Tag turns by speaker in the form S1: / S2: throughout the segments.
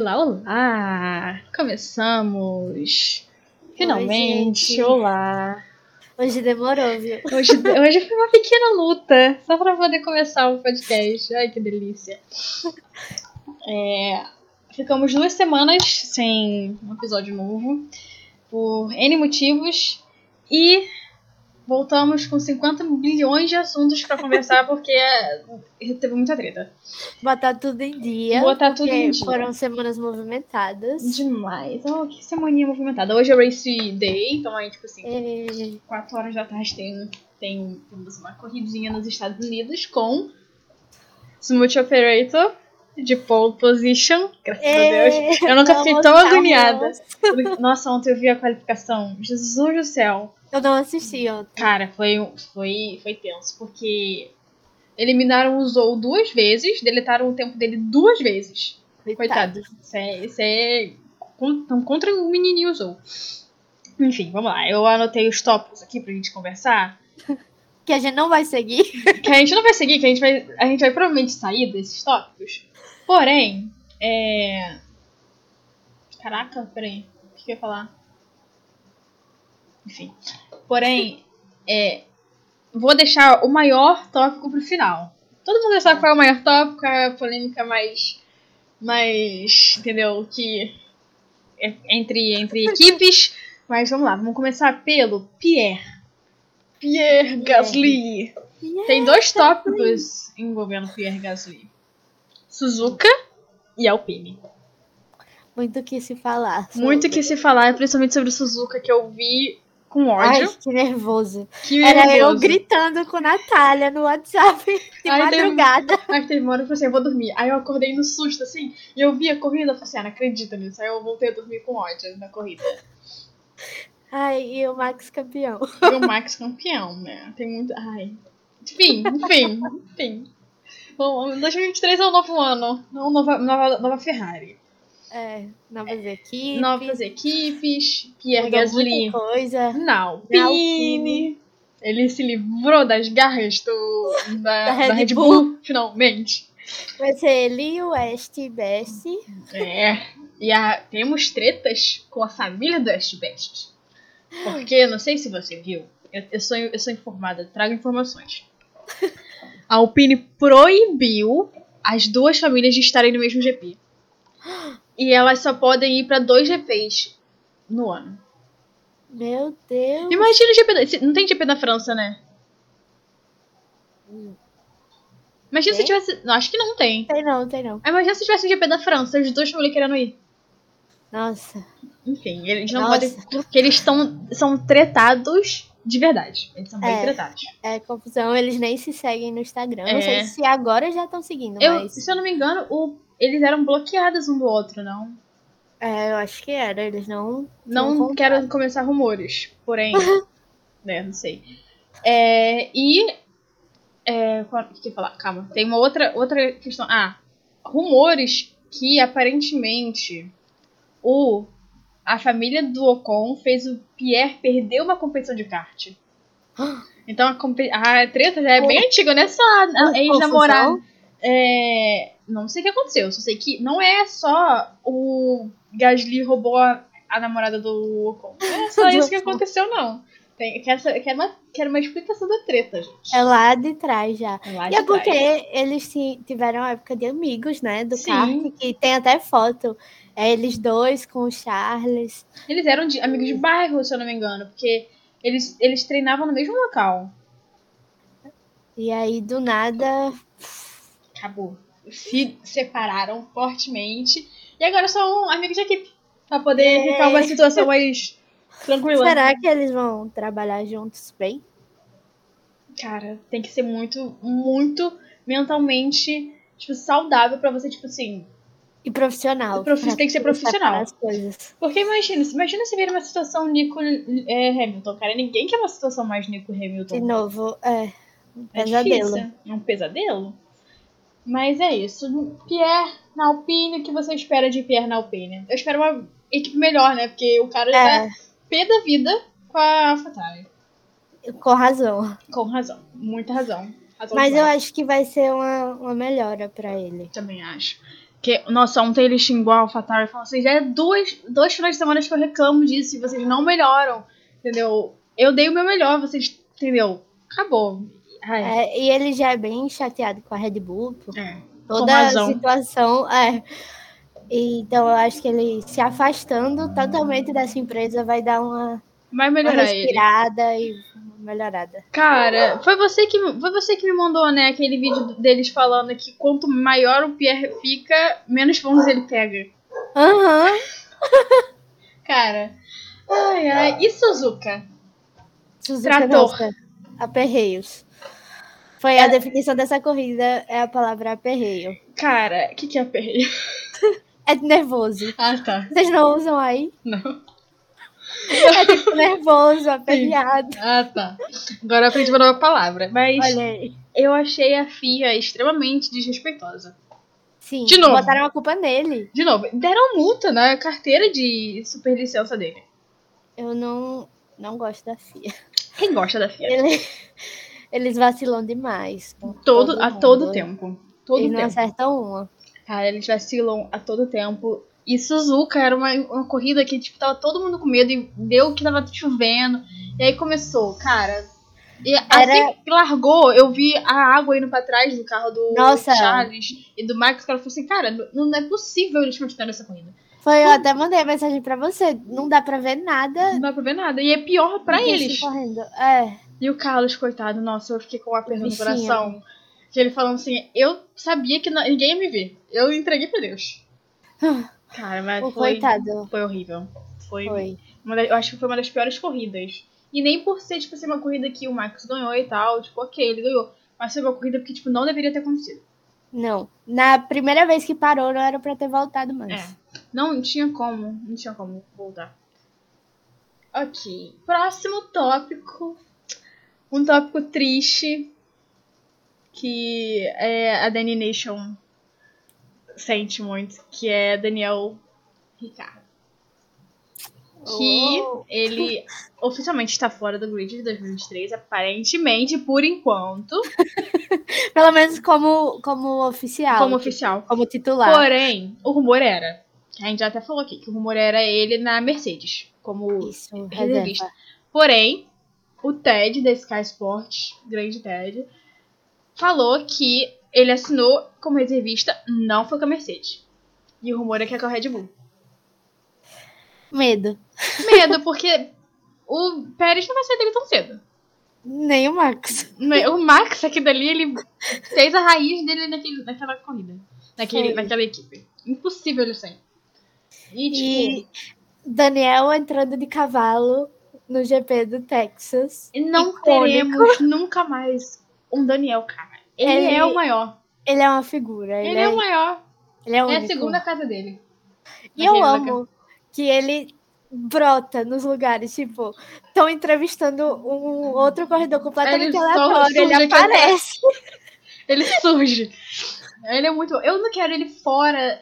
S1: Olá, olá! Começamos! Finalmente, olá!
S2: Hoje demorou, viu?
S1: Hoje, hoje foi uma pequena luta, só pra poder começar o podcast. Ai, que delícia! É, ficamos duas semanas sem um episódio novo, por N motivos, e voltamos com 50 bilhões de assuntos pra conversar, porque é, teve muita treta.
S2: Botar tudo em dia.
S1: Botar tudo
S2: é porque
S1: em dia.
S2: Foram semanas movimentadas.
S1: Demais. Oh, que semaninha movimentada. Hoje é Race Day, então aí, tipo assim,
S2: É,
S1: 4 horas da tarde tem, tem temos uma corridinha nos Estados Unidos com Smooth Operator de pole position. Graças a Deus.
S2: é,
S1: Eu nunca fiquei
S2: vamos,
S1: tão
S2: vamos.
S1: agoniada. Nossa, ontem eu vi a qualificação. Jesus do céu.
S2: Eu não assisti ontem.
S1: Cara, foi, um, foi, foi tenso, porque eliminaram o Zou duas vezes, deletaram o tempo dele duas vezes. Coitado. Isso é. Isso é con- tão contra o menininho Zou. Enfim, vamos lá. Eu anotei os tópicos aqui pra gente conversar.
S2: Que a gente não vai seguir.
S1: Que a gente não vai seguir, que a gente vai, a gente vai provavelmente sair desses tópicos. Porém, é. Caraca, peraí. O que que eu ia falar? Enfim. Porém, é. Vou deixar o maior tópico pro final. Todo mundo já sabe qual é o maior tópico, a polêmica mais. mais. entendeu? Que. é entre, entre equipes. Mas vamos lá, vamos começar pelo Pierre. Pierre Gasly. Tem dois tópicos envolvendo Pierre Gasly. Suzuka e Alpine.
S2: Muito o que se falar. sobre.
S1: Muito que se falar, principalmente sobre Suzuka, que eu vi com
S2: Ai,
S1: ódio.
S2: que nervoso.
S1: que
S2: Era eu
S1: nervoso.
S2: gritando com Natália no WhatsApp de
S1: Ai, tem-
S2: madrugada.
S1: Aí teve uma hora que eu falei assim, eu vou dormir. Aí eu acordei no susto, assim, e eu vi a corrida, eu falei assim, ah, não acredita nisso. Aí eu voltei a dormir com ódio na corrida.
S2: Ai, e o Max campeão.
S1: E o Max campeão, né? Tem muito... Ai... Enfim, enfim, enfim. Bom, 2023 é um novo ano. É uma nova, nova, nova Ferrari.
S2: É, novas equipes.
S1: Novas equipes, Pierre
S2: mudou
S1: Gasly...
S2: muita coisa.
S1: Na
S2: Na
S1: Alpine. Ele se livrou das garras do, da, da Red, Bull, finalmente.
S2: Vai ser ele, o West e Best.
S1: É. E a- temos tretas com a família do Ash Best. Porque, não sei se você viu, eu, eu sou, eu sou informada, trago informações. A Alpine proibiu as duas famílias de estarem no mesmo GP. E elas só podem ir para dois GPs no ano.
S2: Meu Deus.
S1: Imagina o GP da... se- Não tem GP na França, né?
S2: Hum. É?
S1: Imagina se
S2: Tem?
S1: tivesse... Não, acho que não tem.
S2: Tem não, tem não.
S1: Ah, Imagina se tivesse um GP da França, os dois famílias querendo ir.
S2: Nossa.
S1: Enfim, eles não
S2: Nossa.
S1: podem... Porque eles estão... São tretados de verdade. Eles são bem
S2: É.
S1: tretados.
S2: É confusão, eles nem se seguem no Instagram. Não
S1: É.
S2: sei se agora já estão seguindo,
S1: Eu,
S2: mas.
S1: se eu não me engano, o- eles eram bloqueados um do outro, não?
S2: É, eu acho que era. Eles não.
S1: Não
S2: Não
S1: quero começar rumores, porém. né, não sei. É, e. é, qual- o que eu ia falar? Calma. Tem uma outra, outra questão. Ah, rumores que aparentemente o, a família do Ocon fez o Pierre perder uma competição de kart. Então a, compe- a treta já é bem antiga, né? Só a- a ex-namorada.
S2: Confusão.
S1: É, não sei o que aconteceu, só sei que não é só o Gasly roubou a, a namorada do Ocon. Não é só isso que aconteceu, não. Tem, quero, sa- quero é uma, quero uma explicação da treta, gente.
S2: É lá de trás já.
S1: Lá
S2: E é
S1: de trás.
S2: porque eles se- tiveram uma época de amigos, né? Do
S1: Sim.
S2: kart, que tem até foto. É eles dois com o Charles.
S1: Eles eram de- amigos de bairro, se eu não me engano, porque eles, eles treinavam no mesmo local.
S2: E aí, do nada.
S1: Acabou. Se separaram fortemente e agora são amigos de equipe. Pra poder
S2: É.
S1: ficar uma situação mais tranquila. né?
S2: Será que eles vão trabalhar juntos bem?
S1: Cara, tem que ser muito, muito mentalmente, tipo, saudável pra você, tipo assim.
S2: E profissional.
S1: E profi-
S2: pra
S1: tem que ser
S2: poder
S1: profissional.
S2: separar As coisas.
S1: Porque imagina, se- imagina se vira uma situação Nico é, Hamilton, cara. Ninguém quer uma situação mais Nico Hamilton.
S2: De novo, é. Um
S1: é
S2: pesadelo.
S1: difícil. É um pesadelo? Mas é isso. Pierre na Alpine, o que você espera de Pierre na Alpine? Eu espero uma equipe melhor, né? Porque o cara já
S2: É.
S1: tá pé da vida com a Fatale.
S2: É, Com razão.
S1: Com razão. Muita razão. razão
S2: Mas
S1: demais.
S2: eu acho que vai ser uma, uma melhora pra ele.
S1: Também acho. Que, nossa, ontem ele xingou a AlphaTauri e falou assim: já é duas, dois finais de semana que eu reclamo disso e vocês não melhoram, entendeu? Eu dei o meu melhor, vocês, entendeu? Acabou. Ai,
S2: É, e ele já é bem chateado com a Red Bull por
S1: é.
S2: toda a
S1: razão.
S2: situação. É. E, Então eu acho que ele se afastando totalmente dessa empresa vai dar uma,
S1: Vai
S2: uma
S1: melhorar ele.
S2: respirada e uma melhorada.
S1: Cara, foi você que foi você que me mandou, né, aquele vídeo deles falando que quanto maior o Pierre fica, menos pontos ele pega.
S2: Aham.
S1: Cara. Ai, ai. E Suzuka?
S2: Suzuka,
S1: Trator. É.
S2: nossa, aperreios. Foi a definição dessa corrida, é a palavra aperreio.
S1: Cara, o que, que é aperreio?
S2: É nervoso.
S1: Ah, tá.
S2: Vocês não usam aí?
S1: Não.
S2: É tipo nervoso, aperreado.
S1: Ah, tá. Agora eu aprendi uma nova palavra. Mas
S2: Olha aí.
S1: eu achei a FIA extremamente desrespeitosa.
S2: Sim,
S1: De novo.
S2: botaram a culpa nele.
S1: De novo, deram multa na carteira de superlicença dele.
S2: Eu não, não gosto da FIA.
S1: Quem gosta da FIA?
S2: Ele- eles vacilam demais. com
S1: Todo, a todo
S2: mundo.
S1: tempo. Todo
S2: eles não
S1: tempo.
S2: acertam uma.
S1: Cara, eles vacilam a todo tempo. E Suzuka era uma, uma corrida que, tipo, tava todo mundo com medo e deu que tava chovendo. E aí começou, cara. E assim que largou, eu vi a água indo pra trás do carro do
S2: Nossa.
S1: Charles e do Max. Cara, eu falei assim, cara, n- não é possível eles continuarem essa corrida.
S2: Foi, eu até mandei a mensagem pra você. Não dá pra ver nada.
S1: Não dá pra ver nada. E é pior pra
S2: Gente
S1: eles.
S2: Correndo. É,
S1: E o Carlos, coitado, nossa, eu fiquei com uma perna no
S2: Bichinho.
S1: coração. Que ele falando assim, eu sabia que não- ninguém ia me ver. Eu entreguei pra Deus. Cara, mas
S2: o
S1: foi...
S2: coitado.
S1: Foi horrível. Foi,
S2: Foi.
S1: uma da- eu acho que foi uma das piores corridas. E nem por ser, tipo, ser uma corrida que o Max ganhou e tal, tipo, ok, ele ganhou. Mas foi uma corrida que, tipo, não deveria ter acontecido.
S2: Não. Na primeira vez que parou, não era pra ter voltado mais.
S1: É. Não tinha como, não tinha como voltar. Ok. Próximo tópico. Um tópico triste. Que é, a Dani Nation sente muito. Que é Daniel Ricardo. Que
S2: Oh.
S1: ele oficialmente está fora do grid de 2023, aparentemente, por enquanto,
S2: Pelo menos como, como oficial.
S1: como oficial.
S2: como titular.
S1: Porém, o rumor era. A gente já até falou aqui que o rumor era ele na Mercedes, como
S2: Isso,
S1: reservista.
S2: reserva.
S1: Porém, o Ted da Sky Sports, grande Ted, falou que ele assinou como reservista, não foi com a Mercedes. E o rumor é que é com a Red Bull.
S2: Medo.
S1: Medo, porque o Pérez não vai sair dele tão cedo.
S2: Nem o Max.
S1: Né, O Max aqui dali, ele fez a raiz dele naquele, naquela corrida. Naquele,
S2: Foi.
S1: naquela equipe. Impossível ele sair. E, tipo,
S2: E Daniel entrando de cavalo no GP do Texas.
S1: E não
S2: Icônico.
S1: teremos nunca mais um Daniel, cara. Ele,
S2: Ele-
S1: é o maior.
S2: Ele é uma figura.
S1: Ele,
S2: Ele,
S1: é
S2: é,
S1: o maior.
S2: ele é
S1: É
S2: único.
S1: a segunda casa dele.
S2: E eu
S1: Aquele da
S2: amo que ele brota nos lugares, tipo, estão entrevistando um outro corredor completamente
S1: Ele só
S2: aleatório,
S1: surge
S2: ele
S1: aqui
S2: aparece.
S1: Ele surge. ele é muito. Eu não quero ele fora,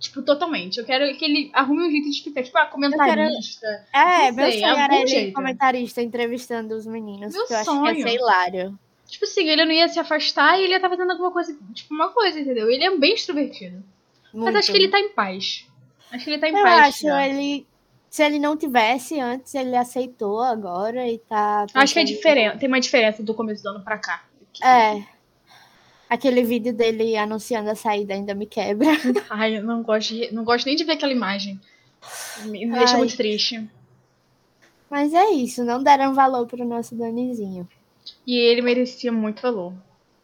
S1: tipo, totalmente. Eu quero que ele arrume um jeito de ficar, tipo, ah, comentarista.
S2: É,
S1: Não
S2: meu
S1: sei,
S2: sonho
S1: algum
S2: era ele
S1: jeito.
S2: comentarista entrevistando os meninos,
S1: Meu
S2: que eu acho que
S1: sonho.
S2: ia ser hilário.
S1: Tipo assim, ele não ia se afastar e ele ia estar fazendo alguma coisa, tipo, uma coisa, entendeu? Ele é bem extrovertido. Mas
S2: Muito.
S1: acho que ele tá em paz. Acho que ele tá em
S2: Eu
S1: paz.
S2: acho
S1: já.
S2: ele. Se ele não tivesse antes, ele aceitou agora e tá.
S1: Acho que é
S2: pensando-
S1: diferente. Tem uma diferença do começo do ano pra cá.
S2: É. Aquele vídeo dele anunciando a saída ainda me quebra.
S1: Ai, eu não gosto, de- não gosto nem de ver aquela imagem. Me, me deixa
S2: Ai.
S1: muito triste.
S2: Mas é isso, não deram valor pro nosso Danizinho.
S1: E ele merecia muito valor.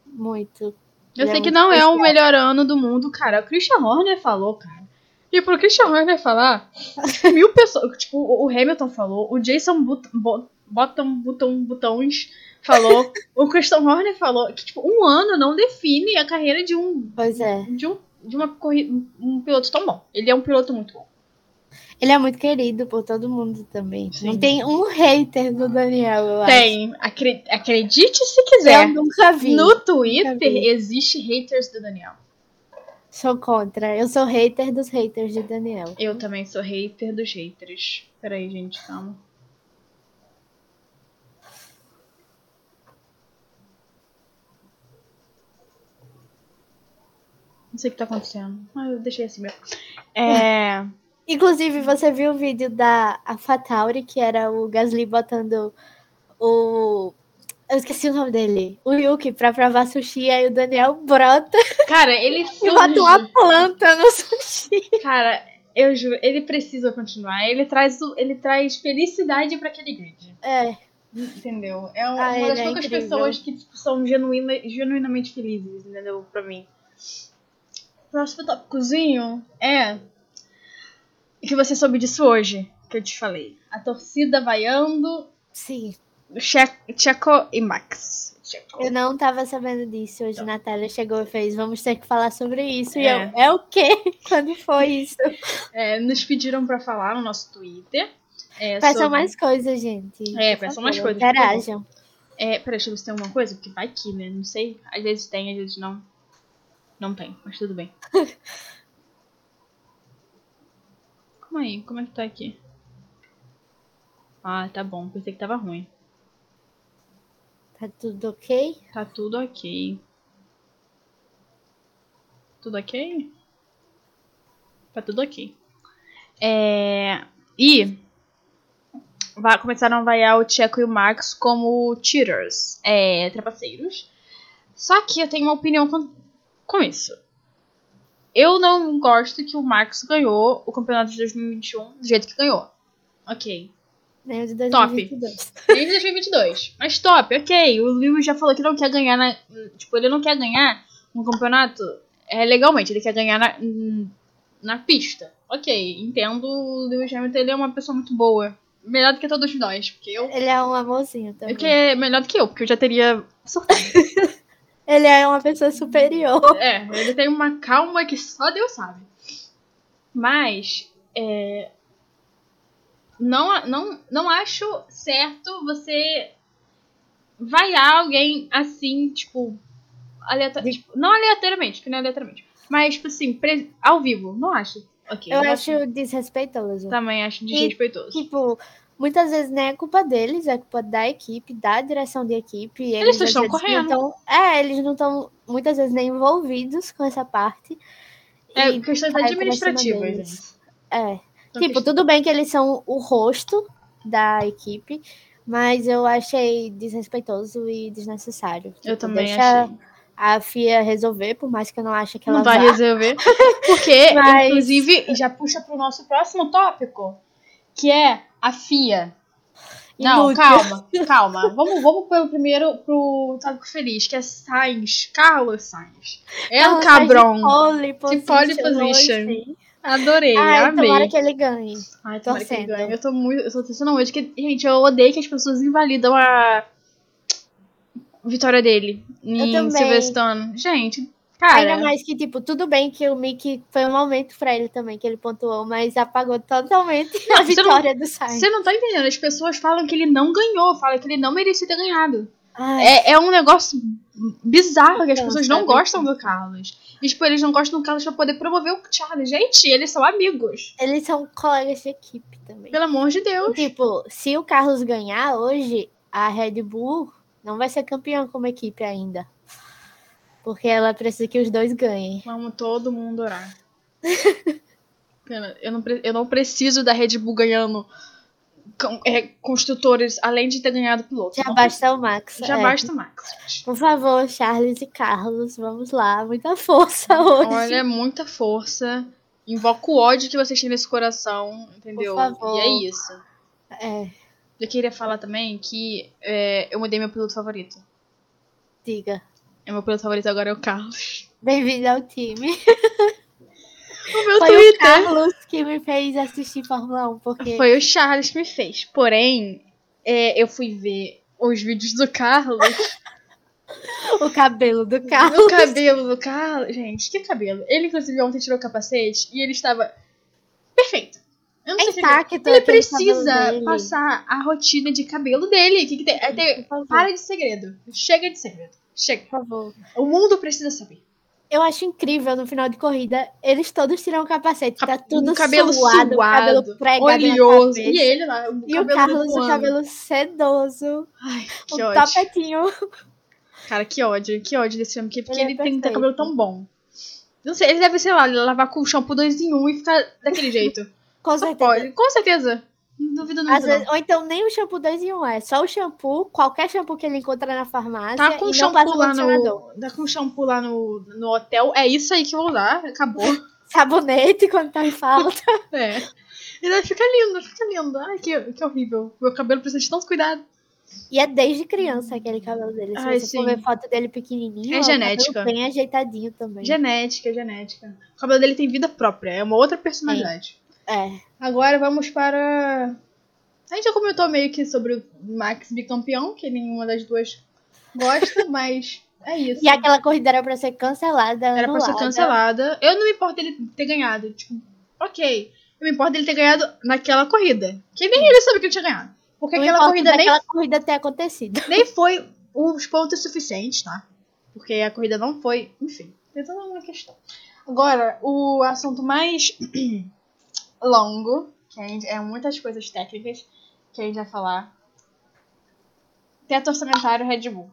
S2: Muito.
S1: Eu
S2: Ele é
S1: sei que
S2: muito
S1: não é o
S2: especial.
S1: melhor ano do mundo, cara. O Christian Horner falou, cara. E pro Christian Horner falar, mil pessoas. Tipo, o o Hamilton falou, o Jason But- Bo- Button, Button, Botões falou, o Christian Horner falou que, tipo, um ano não define a carreira de um.
S2: Pois é.
S1: De, um, de uma corri- um piloto tão bom. Ele é um piloto muito bom.
S2: Ele é muito querido por todo mundo também.
S1: Sim.
S2: Não tem um hater do Daniel, eu acho.
S1: Tem. acre- Acredite se quiser.
S2: Eu nunca vi.
S1: No Twitter
S2: vi.
S1: existe haters do Daniel.
S2: Sou contra. Eu sou hater dos haters de Daniel.
S1: Eu também sou hater dos haters. Peraí, gente, calma. Não sei o que tá acontecendo. Mas eu deixei assim mesmo. É.
S2: Inclusive, você viu o vídeo da AlphaTauri, que era o Gasly botando o. Eu esqueci o nome dele. O Yuki pra provar sushi, aí o Daniel brota
S1: Cara, ele
S2: e bota
S1: surge-
S2: uma planta no sushi.
S1: Cara, eu juro, ele precisa continuar. Ele traz, o- ele traz felicidade pra aquele grid.
S2: É,
S1: Entendeu? É um- uma,
S2: Ah,
S1: das
S2: ele é
S1: poucas
S2: incrível.
S1: pessoas que tipo, são genuína, genuinamente felizes, entendeu? Pra mim. Próximo tópicozinho é. Que você soube disso hoje, que eu te falei. A torcida vaiando
S2: sim.
S1: Che- Checo e Max. Checo.
S2: Eu não tava sabendo disso. Hoje a Natália chegou e fez, vamos ter que falar sobre isso. E
S1: É.
S2: eu, é o quê? Quando foi isso?
S1: É, nos pediram pra falar no nosso Twitter. É,
S2: Peçam
S1: sobre-
S2: mais coisas, gente.
S1: É,
S2: Por
S1: peçam
S2: favor,
S1: mais coisas, por favor.
S2: Interajam.
S1: É, peraí, deixa eu ver se tem alguma coisa, porque vai que, né? Não sei. Às vezes tem, às vezes não. Não tem, mas tudo bem. Calma aí, como é que tá aqui? Ah, tá bom. Pensei que tava ruim.
S2: Tá tudo ok?
S1: Tá tudo ok. Tudo ok? Tá tudo ok. É... E va- começaram a vaiar o Tcheco e o Max como cheaters, é, trapaceiros. Só que eu tenho uma opinião com, com isso. Eu não gosto que o Max ganhou o campeonato de 2021 do jeito que ganhou. Ok.
S2: Nem o de
S1: Top.
S2: 2022.
S1: Desde 2022. Mas top, ok. O Lewis já falou que não quer ganhar na. Tipo, ele não quer ganhar um campeonato é, legalmente, ele quer ganhar na, na pista. Ok, entendo. O Lewis Hamilton ele é uma pessoa muito boa. Melhor do que todos nós. Porque eu.
S2: Ele é um amorzinho também.
S1: Porque é melhor do que eu, porque eu já teria. surtado.
S2: Ele é uma pessoa superior.
S1: É, ele tem uma calma que só Deus sabe. Mas, é, não, não, não acho certo você vaiar alguém assim, tipo, aleator... tipo, não aleatoriamente, que não é aleatoriamente, mas, tipo assim, pre- ao vivo, não acho. Ok,
S2: Eu
S1: não
S2: acho desrespeitoso.
S1: Também acho desrespeitoso.
S2: Tipo, muitas vezes nem é culpa deles, é culpa da equipe, da direção de equipe.
S1: Eles só
S2: às
S1: estão
S2: vezes, não
S1: correndo.
S2: tão- é, eles não estão muitas vezes nem envolvidos com essa parte.
S1: É,
S2: E,
S1: questões
S2: vai pra cima
S1: administrativas.
S2: deles.
S1: gente.
S2: é,
S1: São
S2: tipo, tudo bem que eles são o rosto da equipe, mas eu achei desrespeitoso e desnecessário.
S1: Eu
S2: Tipo,
S1: também
S2: deixa
S1: achei.
S2: a FIA resolver, por mais que eu não ache que ela
S1: não vai
S2: vá.
S1: resolver. Porque,
S2: Mas-
S1: inclusive, já puxa pro nosso próximo tópico, que é a FIA. Não,
S2: Inútil.
S1: calma, calma. Vamos, vamos pelo primeiro pro tópico feliz, que é Sainz, Carlos Sainz. É
S2: Ela
S1: o
S2: faz de
S1: cabrão.
S2: Pole position.
S1: pole position.
S2: hoje.
S1: Adorei,
S2: Ai, tomara
S1: amei.
S2: que ele ganhe.
S1: Ai, tomara que ele
S2: torcendo.
S1: ganhe. Eu tô muito. Eu tô torcendo hoje que. Gente, eu odeio que as pessoas invalidam a vitória dele em
S2: também.
S1: Silverstone. Gente, cara.
S2: Ainda mais que, tipo, tudo bem que o Mickey foi um momento pra ele também, que ele pontuou, mas apagou totalmente a
S1: você não-
S2: vitória do Sainz.
S1: Você não tá entendendo, as pessoas falam que ele não ganhou, falam que ele não merecia ter ganhado.
S2: Ai,
S1: É, é um negócio bizarro que as
S2: Então,
S1: pessoas não
S2: sabe?
S1: gostam do Carlos. E, tipo, eles não gostam do Carlos pra poder promover o Charles. Gente, eles são amigos.
S2: Eles são colegas de equipe também.
S1: Pelo amor de Deus.
S2: Tipo, se o Carlos ganhar hoje, a Red Bull não vai ser campeã como equipe ainda. Porque ela precisa que os dois ganhem.
S1: Vamos todo mundo orar. Pena, eu não, pre- eu não preciso da Red Bull ganhando com- é, construtores, além de ter ganhado piloto.
S2: Já
S1: Não
S2: basta o Max.
S1: preciso. Já
S2: é.
S1: basta o Max.
S2: Por favor, Charles e Carlos, vamos lá. Muita força hoje.
S1: Olha, é muita força. Invoca o ódio que vocês têm nesse coração, entendeu?
S2: favor.
S1: E é isso.
S2: É,
S1: Eu queria falar também que é, eu mudei meu piloto favorito.
S2: diga.
S1: É meu piloto favorito agora é o Carlos.
S2: Bem-vindo ao time.
S1: O meu
S2: Foi o
S1: Twitter.
S2: Carlos que me fez assistir Fórmula 1, porque
S1: Foi o Charles que me fez. Porém, é, eu fui ver os vídeos do Carlos.
S2: o cabelo do Carlos.
S1: o cabelo do Carlos. Gente, que cabelo. Ele, inclusive, ontem tirou o capacete e ele estava perfeito. Eu não
S2: É
S1: sei se ele-
S2: intacto.
S1: ele
S2: aquele cabelo
S1: precisa
S2: dele.
S1: passar a rotina de cabelo dele. Que que tem? É, tem-
S2: Por favor,
S1: Para de segredo. Chega de segredo. Chega.
S2: por favor.
S1: O mundo precisa saber.
S2: Eu acho incrível no final de corrida, eles todos tiram o capacete, tá
S1: Cap-
S2: tudo
S1: um cabelo
S2: suado, o
S1: suado,
S2: cabelo pregado
S1: oleoso.
S2: na cabeça.
S1: E ele lá, o
S2: E o
S1: cabelo
S2: Carlos, o
S1: voando.
S2: cabelo sedoso,
S1: Ai,
S2: o
S1: que ódio.
S2: tapetinho.
S1: Cara, que ódio, que ódio desse homem. Porque, porque
S2: Ele é
S1: ele, tem que ter
S2: perfeito.
S1: cabelo tão bom. Não sei, ele deve, sei lá, lavar com o shampoo 2 em 1 um e ficar daquele jeito.
S2: Com
S1: Só
S2: certeza.
S1: pode. Com certeza. Não duvido não.
S2: Às vezes- ou então nem o shampoo 2 em 1 um, é só o shampoo, qualquer shampoo que ele encontra na farmácia.
S1: Tá com
S2: assim, e não passa
S1: shampoo lá
S2: condicionador.
S1: no. Tá com shampoo lá no, no hotel. É isso aí que eu vou usar. Acabou.
S2: Sabonete quando tá em falta.
S1: É. E daí fica lindo, fica lindo. Ai, que, que horrível. Meu cabelo precisa de tanto cuidado.
S2: e é desde criança aquele cabelo dele. Se
S1: Ai,
S2: você
S1: sim.
S2: for ver foto dele pequenininho,
S1: É
S2: ó, o
S1: genética.
S2: cabelo bem ajeitadinho também.
S1: Genética, genética. O cabelo dele tem vida própria, é uma outra personalidade.
S2: é.
S1: Agora vamos para. A gente já comentou meio que sobre o Max bicampeão, que nenhuma das duas gosta, mas é isso.
S2: E aquela corrida era pra ser cancelada. né?
S1: Era pra ser
S2: anulada.
S1: cancelada. Eu não me importo dele ter ganhado. Tipo, ok. Eu me importo dele ter ganhado naquela corrida. Que nem ele sabia que ele tinha ganhado. Porque
S2: Não
S1: aquela
S2: importa
S1: corrida nem
S2: daquela corrida ter acontecido.
S1: nem foi os pontos suficientes, tá? Porque a corrida não foi, enfim, tem toda uma questão. Agora, o assunto mais longo, que a gente, é muitas coisas técnicas que a gente vai falar. Teto orçamentário Red Bull.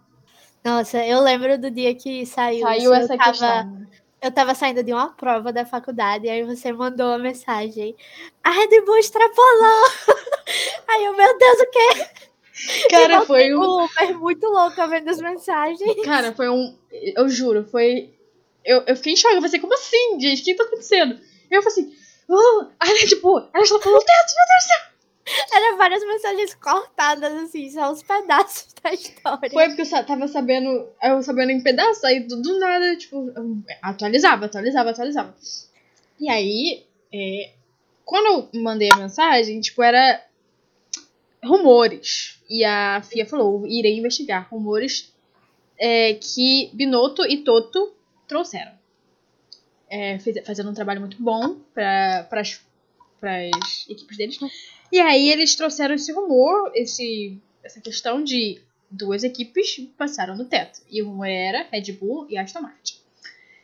S2: Nossa, eu lembro do dia que saiu.
S1: Saiu
S2: isso,
S1: essa
S2: eu tava,
S1: questão.
S2: Eu tava saindo de uma prova da faculdade, e aí você mandou uma mensagem. A Red Bull extrapolou! aí eu, meu Deus, o é quê?
S1: Cara,
S2: Voltei
S1: foi um.
S2: com o Uber muito louca vendo as mensagens.
S1: Cara, foi um. Eu juro, foi. Eu, eu fiquei em choque. Eu falei assim, como assim, gente? O que tá acontecendo? Eu falei assim, uh, a Red Bull, ela está falando
S2: Era várias mensagens cortadas, assim, só os pedaços da história.
S1: Foi porque eu sa- tava sabendo, eu sabendo em pedaços, aí do, do nada, tipo, eu atualizava, atualizava, atualizava. E aí, é, quando eu mandei a mensagem, tipo, era rumores. E a FIA falou, irei investigar rumores é, que Binotto e Toto trouxeram. É, fiz- fazendo um trabalho muito bom para as equipes deles. E aí eles trouxeram esse rumor, esse, essa questão de duas equipes passaram no teto. E uma era Red Bull e Aston Martin.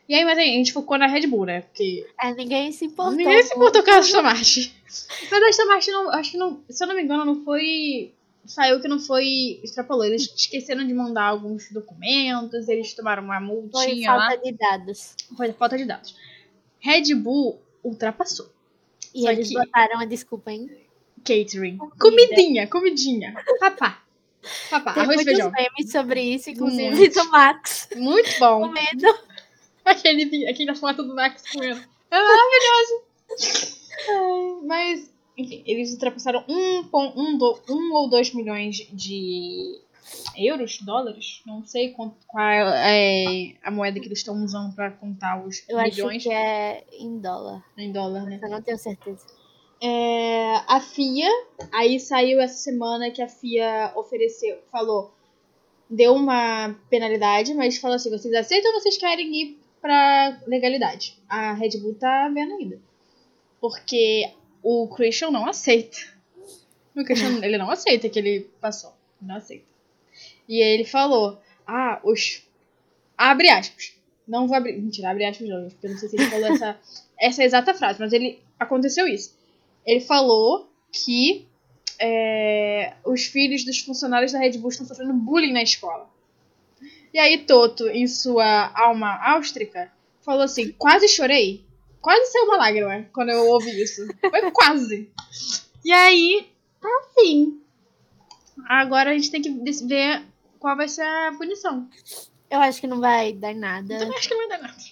S1: E aí, mas aí, a gente focou na Red Bull, né? Porque
S2: É, ninguém se importou.
S1: ninguém se importou com a Aston Martin. Mas a Aston Martin, não, acho que não, se eu não me engano, não foi... Saiu que não foi extrapolou. Eles esqueceram de mandar alguns documentos, eles tomaram uma
S2: Foi
S1: multinha lá.
S2: falta de dados.
S1: Foi falta de dados. Red Bull ultrapassou.
S2: E
S1: Só
S2: eles
S1: que-
S2: botaram a desculpa, hein?
S1: Catering. Comidinha, comidinha. Papá. Papá,
S2: Tem
S1: arroz e
S2: muitos
S1: feijão.
S2: memes sobre isso, inclusive
S1: Muito.
S2: do Max.
S1: Muito bom.
S2: Com medo.
S1: Aquele, vi- aquela foto do Max comendo. É maravilhoso. Ai, Mas, enfim, eles ultrapassaram um, pon- um, do- um ou dois milhões de euros, dólares. Não sei quanto, qual é a moeda que eles estão usando pra contar os
S2: Eu
S1: milhões
S2: acho que é em dólar.
S1: em dólar, né?
S2: Eu não tenho certeza.
S1: É, a FIA, aí saiu essa semana que a FIA ofereceu, falou, deu uma penalidade, mas falou assim, vocês aceitam ou vocês querem ir pra legalidade? A Red Bull tá vendo ainda. Porque o Christian não aceita. O Christian, ele não aceita que ele passou. Não aceita. E aí ele falou, ah, os... Abre aspas. Não vou abrir... Mentira, abre aspas não, porque eu não sei se ele falou essa, essa exata frase, mas ele... Aconteceu isso ele falou que é, os filhos dos funcionários da Red Bull estão sofrendo bullying na escola. E aí Toto, em sua alma áustrica, falou assim: quase chorei. Quase saiu uma lágrima quando eu ouvi isso. Foi quase. E aí, assim. Agora a gente tem que des- ver qual vai ser a punição. Então,
S2: Eu acho que não vai dar em nada,
S1: Eu também acho que não vai dar nada.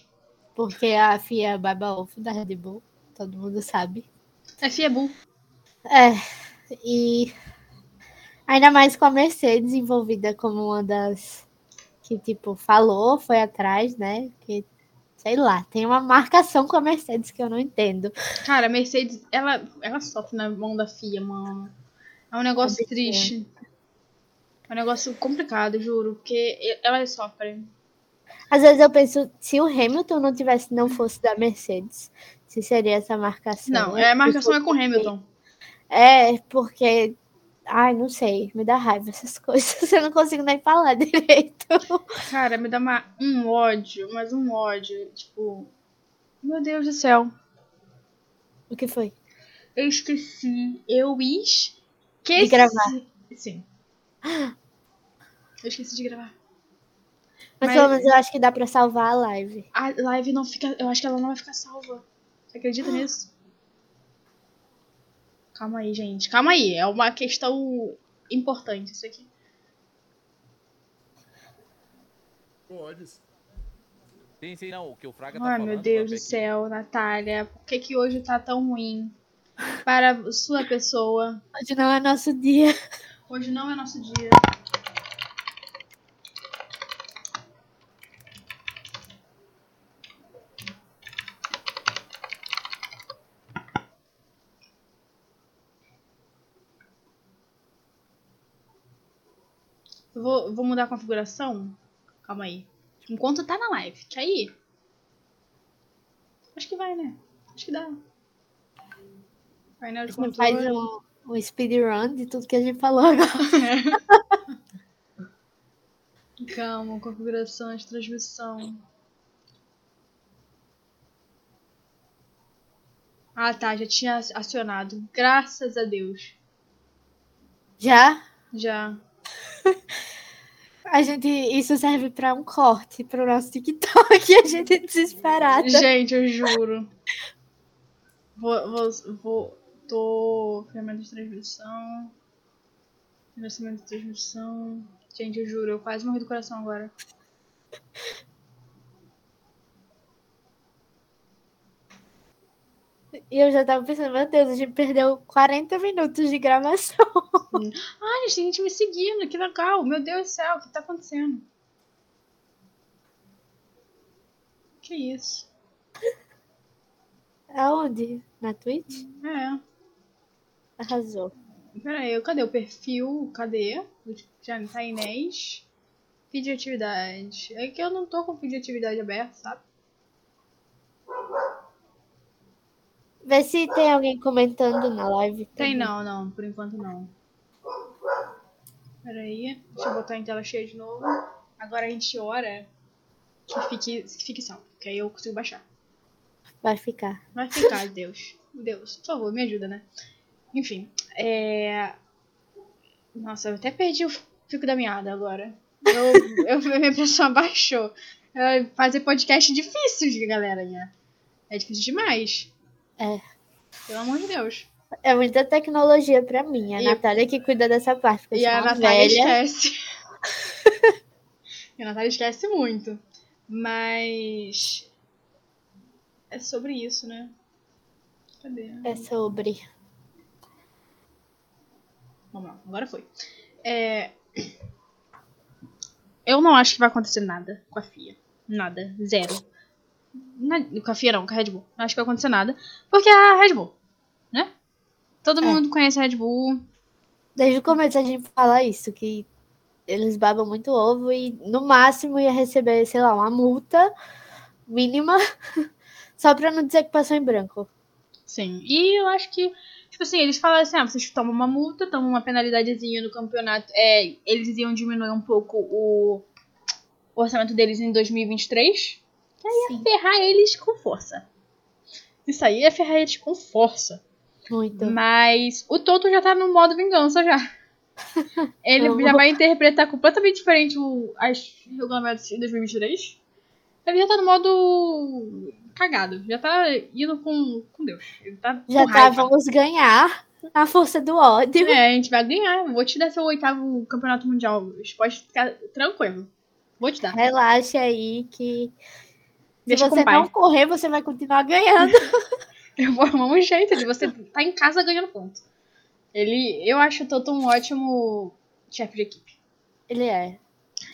S2: porque a FIA é baba ovo da Red Bull, todo mundo sabe.
S1: A FIA é Bull.
S2: É, e ainda mais com a Mercedes envolvida como uma das que, tipo, falou, foi atrás, né? Que, sei lá, tem uma marcação com a Mercedes que eu não entendo.
S1: Cara, a Mercedes, ela, ela sofre na mão da FIA, mano. É um negócio
S2: Complicado.
S1: triste. É um negócio complicado, juro. Porque e- elas sofrem.
S2: Às vezes eu penso, se o Hamilton não tivesse, não fosse da Mercedes, se seria essa marcação.
S1: Não,
S2: né?
S1: é, a marcação é com o
S2: Porque-
S1: Hamilton.
S2: É, porque. Ai, não sei, me dá raiva essas coisas. Eu não consigo nem falar direito.
S1: Cara, me dá uma, um ódio, mas um ódio. Tipo, meu Deus do céu.
S2: O que foi?
S1: Eu esqueci. Eu esqueci.
S2: De gravar.
S1: Sim. Eu esqueci de gravar.
S2: Mas, pelo menos eu acho que dá pra salvar a live.
S1: A live não fica. Eu acho que ela não vai ficar salva. Você acredita nisso? Calma aí, gente. Calma aí. É uma questão importante isso aqui.
S3: Pode. Sim, sim, não. O que o Fraga tá
S1: Ai,
S3: falando.
S1: meu Deus do
S3: Pepe,
S1: céu, Natália. Por que, que hoje tá tão ruim? Para sua pessoa.
S2: Hoje não é nosso dia.
S1: Hoje não é nosso dia. Eu vou, vou mudar a configuração. Calma aí. Enquanto tá na live, que aí. Acho que vai, né? Acho que dá. Painel
S2: A
S1: de
S2: gente
S1: controle.
S2: faz um, um speedrun de tudo que a gente falou agora.
S1: Calma, configuração de transmissão. Ah tá, já tinha acionado. Graças a Deus.
S2: Já?
S1: Já.
S2: A gente, isso serve pra um corte pro nosso TikTok. A gente é desesperada.
S1: Gente, eu juro. Vou. vou, vou tô. Ferramenta de transmissão. Financiamento de transmissão. Gente, eu juro, eu quase morri do coração agora.
S2: E eu já tava pensando, meu Deus, a gente perdeu 40 minutos de gravação.
S1: Ai, gente, tem gente me seguindo, que legal. Meu Deus do céu, o que tá acontecendo? Que isso?
S2: Aonde? Na Twitch?
S1: É.
S2: Arrasou.
S1: Peraí, cadê o perfil? Cadê? Já tá Inês. Feed de atividade. É que eu não tô com o feed de atividade aberto, sabe?
S2: Vê se tem alguém comentando na live.
S1: Tem
S2: também.
S1: não, não. Por enquanto não. Peraí. Deixa eu botar em tela cheia de novo. Agora a gente ora que fique, que fique salvo. Que aí eu consigo baixar.
S2: Vai ficar.
S1: Vai ficar, Deus. Deus, por favor, me ajuda, né? Enfim, é. Nossa, eu até perdi o fico da meada agora. Eu, eu, minha pessoa baixou. É, Fazer podcast é difícil, galera, né? É difícil demais.
S2: É.
S1: Pelo amor de Deus.
S2: É muita tecnologia pra mim. é A
S1: E-
S2: Natália que cuida dessa parte. Porque eu
S1: E
S2: sou
S1: a
S2: uma
S1: Natália
S2: velha.
S1: esquece. e a Natália esquece muito. Mas. É sobre isso, né? Cadê?
S2: É sobre.
S1: Vamos lá, agora foi. É, Eu não acho que vai acontecer nada com a FIA. Nada. Zero. Na- Com a FIA não, com a Red Bull. Não acho que vai acontecer nada. Porque é a Red Bull, né? Todo
S2: É.
S1: mundo conhece a Red Bull.
S2: Desde o começo a gente fala isso, que eles babam muito ovo e no máximo ia receber, sei lá, uma multa mínima, só pra não dizer que passou em branco.
S1: Sim. E eu acho que, tipo assim, eles falam assim, ah, vocês tomam uma multa, tomam uma penalidadezinha no campeonato. É, eles iam diminuir um pouco o o orçamento deles em 2023.
S2: Sim,
S1: Ferrar eles com força. Isso aí é ferrar eles com força.
S2: muito.
S1: Mas o Toto já tá no modo vingança já. Ele
S2: Não.
S1: já vai interpretar completamente diferente o, as regulamentos de 2023. Ele já tá no modo cagado. Já tá indo com, com Deus. Ele tá com
S2: Já tá,
S1: raiva.
S2: vamos ganhar a força do ódio.
S1: É, a gente vai ganhar. Vou te dar seu oitavo campeonato mundial. Você pode ficar tranquilo. Vou te
S2: É.
S1: dar.
S2: Relaxa aí que
S1: Deixa
S2: se
S1: com o
S2: você
S1: pai.
S2: não correr, você vai continuar ganhando.
S1: Eu vou arrumar um jeito de você tá em casa ganhando ponto. Ele, eu acho o Toto um ótimo chefe de equipe.
S2: Ele é.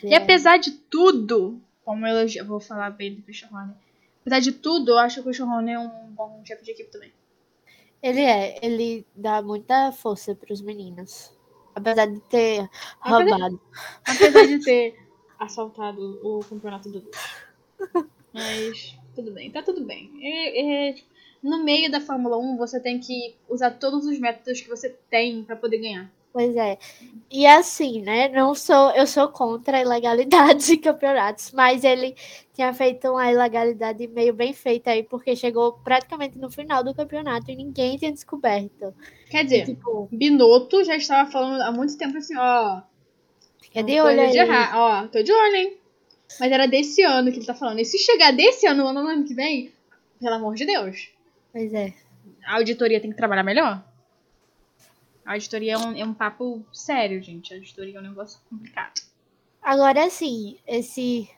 S2: Ele
S1: E
S2: é.
S1: apesar de tudo, como eu elogio- eu vou falar bem do Christian Horner. Apesar de tudo, eu acho que o Christian Horner é um bom chefe de equipe também.
S2: Ele é, ele dá muita força pros meninos. Apesar de ter
S1: Apesar de-
S2: roubado.
S1: Apesar de ter assaltado o campeonato do Lewis. Mas tudo bem, tá tudo bem. É- é- no meio da Fórmula 1, você tem que usar todos os métodos que você tem pra poder ganhar.
S2: Pois é. E assim, né? Não sou, eu sou contra a ilegalidade de campeonatos, mas ele tinha feito uma ilegalidade meio bem feita aí, porque chegou praticamente no final do campeonato e ninguém tinha descoberto.
S1: Quer
S2: E,
S1: dizer,
S2: tipo,
S1: Binotto já estava falando há muito tempo assim, ó.
S2: fica É de
S1: tô
S2: olho
S1: de
S2: aí.
S1: errar, ó, tô de olho, hein? Mas era desse ano que ele tá falando. E se chegar desse ano, lá no ano que vem, pelo amor de Deus,
S2: Pois é.
S1: a auditoria tem que trabalhar melhor. A auditoria é um, é um papo sério, gente. A auditoria é um negócio complicado.
S2: Agora sim, esse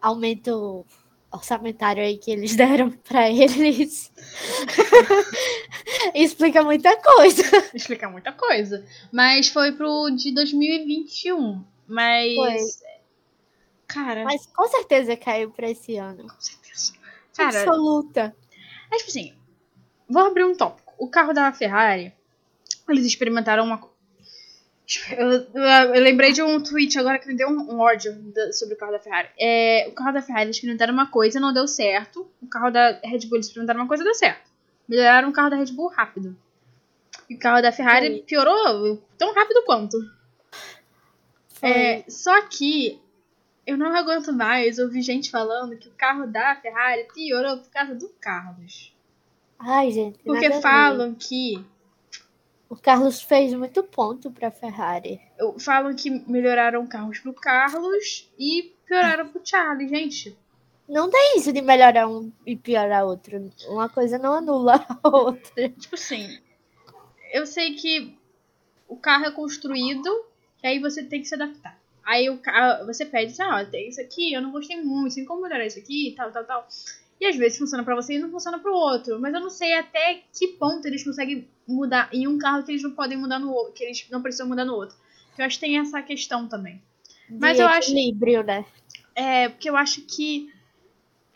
S2: aumento orçamentário aí que eles deram pra eles explica muita coisa.
S1: Explicar muita coisa. Mas foi pro de 2021. Mas. Cara,
S2: Mas com certeza caiu pra esse ano.
S1: com certeza. Cara,
S2: Absoluta.
S1: É tipo assim, vou abrir um tópico. O carro da Ferrari, eles experimentaram uma. co- Eu, eu- eu lembrei de um tweet agora que me deu um, um ódio da- sobre o carro da Ferrari. É, o carro da Ferrari eles experimentaram uma coisa, não deu certo. O carro da Red Bull eles experimentaram uma coisa, deu certo. Melhoraram o carro da Red Bull rápido. E o carro da Ferrari
S2: Foi.
S1: piorou tão rápido quanto.
S2: Foi.
S1: É, só que eu não aguento mais ouvir gente falando que o carro da Ferrari piorou por causa do Carlos.
S2: Ai, gente.
S1: Porque
S2: nada a ver.
S1: falam que.
S2: O Carlos fez muito ponto pra Ferrari.
S1: eu- Falam que melhoraram carros pro Carlos e pioraram pro Charlie, gente.
S2: Não tem isso de melhorar um e piorar outro. Uma coisa não anula a outra.
S1: Tipo assim, eu sei que o carro é construído e aí você tem que se adaptar. Aí o carro, você pede, ah, ó, tem isso aqui, eu não gostei muito, tem como melhorar isso aqui, tal, tal, tal. E às vezes funciona pra você e não funciona pro outro. Mas eu não sei até que ponto eles conseguem mudar em um carro que eles não podem mudar no outro, que eles não precisam mudar no outro. Eu acho que tem essa questão também. Mas
S2: de
S1: eu acho-
S2: equilíbrio, né?
S1: É, porque eu acho que.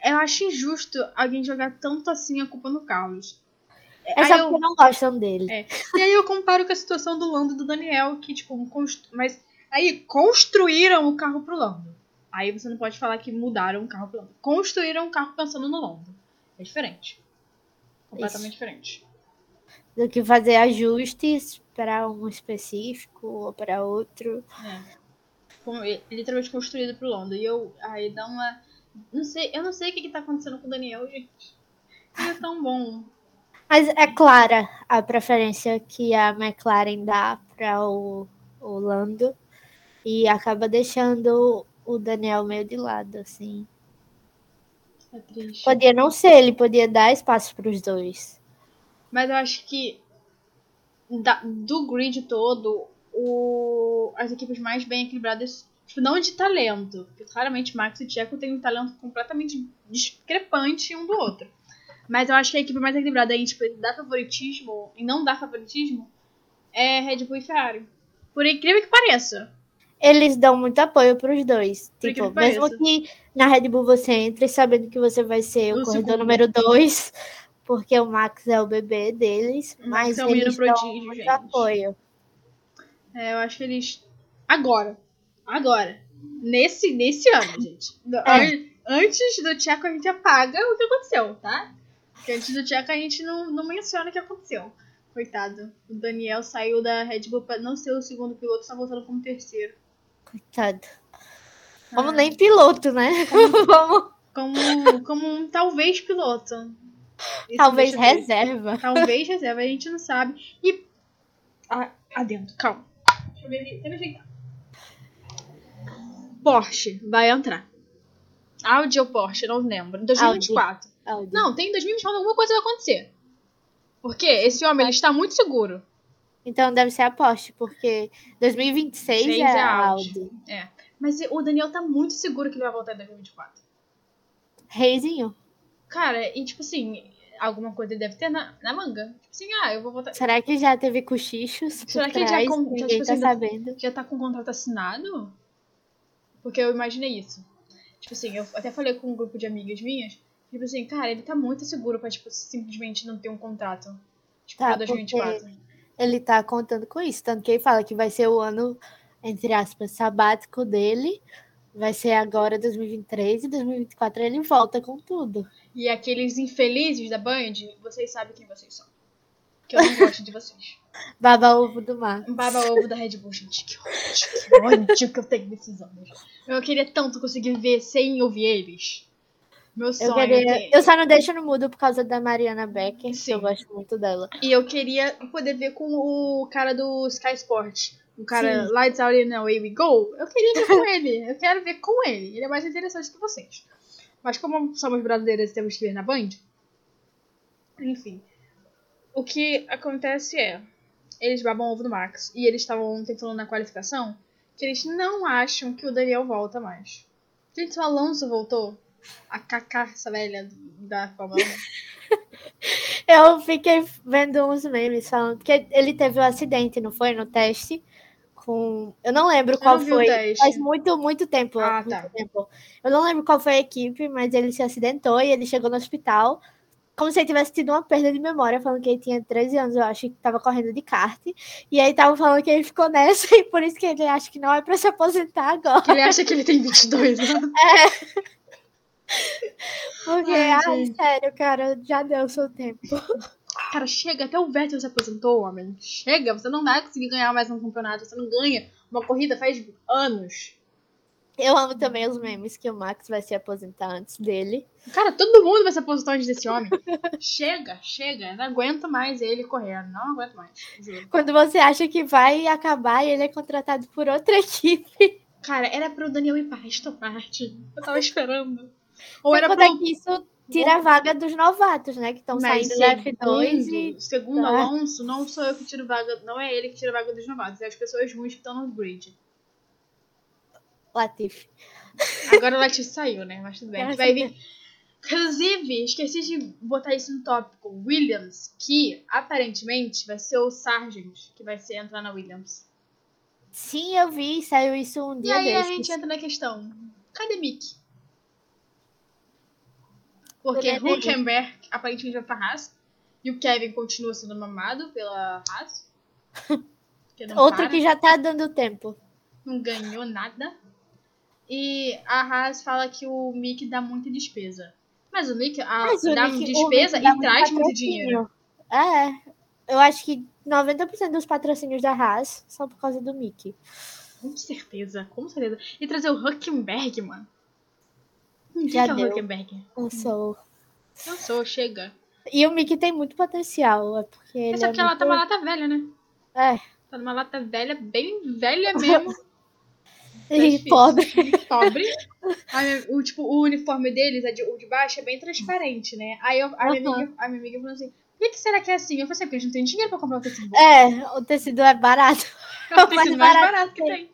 S1: Eu acho injusto alguém jogar tanto assim a culpa no Carlos.
S2: É só
S1: aí eu-
S2: porque não gostam dele.
S1: É. E aí eu comparo com a situação do Lando e do Daniel, que, tipo, const... mas aí construíram o carro pro Lando. Aí você não pode falar que mudaram o carro pro Lando. Construíram o carro pensando no Lando. É diferente. Completamente diferente.
S2: do que fazer ajustes para um específico ou para outro.
S1: Como- é Literalmente construído pro Lando. E eu. Aí dá uma. Não sei, eu não sei o que, que tá acontecendo com o Daniel, gente. Ele é tão bom.
S2: Mas é clara a preferência que a McLaren dá para o, o Lando e acaba deixando o Daniel meio de lado, assim.
S1: É triste.
S2: Podia não ser, ele podia dar espaço para os dois.
S1: Mas eu acho que da- do grid todo, o- as equipes mais bem equilibradas, tipo, não de talento, porque claramente Max e Checo têm um talento completamente discrepante um do outro. Mas eu acho que a equipe mais equilibrada em tipo, dar favoritismo e não dar favoritismo é Red Bull e Ferrari. Por incrível que pareça.
S2: Eles dão muito apoio para os dois.
S1: Por
S2: Tipo,
S1: incrível que
S2: mesmo
S1: pareça.
S2: que na Red Bull você entre sabendo que você vai ser o,
S1: é O
S2: corredor
S1: segundo.
S2: número dois, porque o Max é o bebê deles,
S1: Max
S2: mas
S1: é um menino
S2: eles dão
S1: prodígio,
S2: muito
S1: gente.
S2: apoio.
S1: É, eu acho que eles. Agora. Agora. Nesse, nesse ano, gente. No-
S2: É.
S1: an- Antes do Tcheco a gente apaga o que aconteceu, tá? Porque antes do Tcheco a gente não, não menciona o que aconteceu. Coitado. O Daniel saiu da Red Bull pra não ser o segundo piloto, tá voltando como terceiro.
S2: Coitado.
S1: Ah.
S2: Vamos nem piloto, né? Vamos,
S1: Como, como um talvez piloto. Isso
S2: talvez
S1: deixa eu ver.
S2: reserva.
S1: Talvez Tá um reserva, a gente não sabe. E. Ah, adentro, calma. Deixa eu ver aqui, deixa eu me ajeitar. Porsche vai entrar. Audi ou Porsche, não lembro. Em 2024. Não, tem em 2024 alguma coisa vai acontecer. Porque esse homem ele está muito seguro.
S2: Então deve ser a Porsche, porque 2026
S1: Seis
S2: é
S1: é
S2: a
S1: Audi.
S2: Audi.
S1: Mas o Daniel tá muito seguro que ele vai voltar em 2024.
S2: Reizinho,
S1: Cara, e tipo assim, alguma coisa ele deve ter na, na manga. Tipo assim, ah, eu vou voltar.
S2: será que já teve cochichos? por
S1: Será que ele já
S2: trás?
S1: con- já,
S2: Ninguém
S1: tipo
S2: tá
S1: assim,
S2: sabendo.
S1: já tá com o contrato assinado? Porque eu imaginei isso. Tipo assim, eu até falei com um grupo de amigas minhas, tipo assim, cara, ele tá muito seguro pra, tipo, simplesmente não ter um contrato. Tipo,
S2: Tá,
S1: pra 2024.
S2: Ele tá contando com isso. Tanto que ele fala que vai ser o ano, entre aspas, sabático dele. Vai ser agora 2023 e 2024 ele volta com tudo.
S1: E aqueles infelizes da Band, vocês sabem quem vocês são. Que eu não gosto de vocês.
S2: Baba ovo do mar.
S1: Um baba ovo da Red Bull, gente. Que ódio, que ódio que eu tenho desses homens. Eu queria tanto conseguir ver sem ouvir eles. Meu sonho. é
S2: Eu, queria-
S1: ter-
S2: eu só não deixo no mudo por causa da Mariana Becker, que
S1: Sim.
S2: eu gosto muito dela.
S1: E eu queria poder ver com o cara do Sky Sport. O cara Lights Out and Away We Go. Eu queria ver com ele. Eu quero ver com ele. Ele é mais interessante que vocês. Mas como somos brasileiras e temos que ver na Band, enfim. O que acontece é, eles babam ovo do Max. E eles estavam ontem falando na qualificação que eles não acham que o Daniel volta mais. Gente, se o Alonso voltou, a Kaká, essa velha da Fórmula 1.
S2: Eu fiquei vendo uns memes falando. Porque ele teve um acidente, não foi? No teste. Com. Eu não lembro qual
S1: não vi o
S2: foi.
S1: teste.
S2: Faz muito, muito tempo.
S1: Ah,
S2: muito
S1: tá.
S2: tempo. Eu não lembro qual foi a equipe, mas ele se acidentou e ele chegou no hospital. Como se ele tivesse tido uma perda de memória, falando que ele tinha 13 anos, eu acho, que tava correndo de kart. E aí tava falando que ele ficou nessa, e por isso que ele acha que não é pra se aposentar agora.
S1: Que ele acha que ele tem 22 anos.
S2: Porque,
S1: Ai,
S2: ai,
S1: gente.
S2: sério, cara, já deu o seu tempo.
S1: Cara, chega, até o Vettel se aposentou, homem. Chega, você não vai conseguir ganhar mais um campeonato. Você não ganha uma corrida faz anos.
S2: Eu amo também os memes que o Max vai se aposentar antes dele.
S1: Cara, todo mundo vai se aposentar antes desse homem. chega, chega. Não aguento mais ele correndo. Não aguento mais. juro.
S2: Quando você acha que vai acabar e ele é contratado por outra equipe.
S1: Cara, era pro Daniel ir para esta parte. Eu tava esperando. Ou
S2: Sem
S1: era
S2: contar
S1: pro.
S2: é que isso tira a vaga dos novatos, né? Que estão
S1: Mas é
S2: saindo da F2 e.
S1: segundo- segundo
S2: tá.
S1: Alonso, não sou eu que tiro vaga. Não é ele que tira vaga dos novatos. É as pessoas ruins que estão no grid.
S2: Latif.
S1: Agora o Latif saiu, né? Mas tudo bem. a gente
S2: Graças
S1: vai
S2: a
S1: vir. Inclusive, esqueci de botar isso no tópico. Williams, que aparentemente vai ser o Sargent, que vai ser entrar na Williams.
S2: Sim, eu vi, saiu isso um
S1: E
S2: dia
S1: aí
S2: desses.
S1: a gente é entra na questão. Cadê Mick? Porque
S2: Cadê Mick?
S1: Huckenberg aparentemente vai pra Haas. E o Kevin continua sendo mamado pela Haas. Que não
S2: Outro
S1: para.
S2: que já tá dando tempo.
S1: não ganhou nada. E a Haas fala que o Mick dá muita despesa. Mas o Mick a-
S2: Mas o
S1: Ah, dá
S2: Nick- o
S1: despesa
S2: Nick dá
S1: e traz muito
S2: patrocínio.
S1: dinheiro.
S2: É. Eu acho que 90% dos patrocínios da Haas são por causa do Mickey.
S1: Com certeza, com certeza. E trazer o Huckenberg, mano. Quem
S2: Já
S1: que é o
S2: deu.
S1: Huckenberg?
S2: Eu sou.
S1: Eu sou, chega.
S2: E o Mickey tem muito potencial. É porque ele
S1: É só
S2: é
S1: que ela tá
S2: muito-
S1: uma lata velha, né?
S2: É.
S1: Tá numa lata velha, bem velha mesmo. Tá
S2: E
S1: difícil.
S2: pobre.
S1: Pobre. Aí, o, tipo, o uniforme deles, a de- o de baixo, é bem transparente, né? Aí eu- a, minha
S2: Aham.
S1: amiga, a minha amiga falou assim, por que, que será que é assim? Eu falei assim, porque eles não têm dinheiro pra comprar um tecido bom.
S2: É, o tecido é barato.
S1: É o tecido
S2: mais
S1: mais
S2: barato
S1: barato que tem.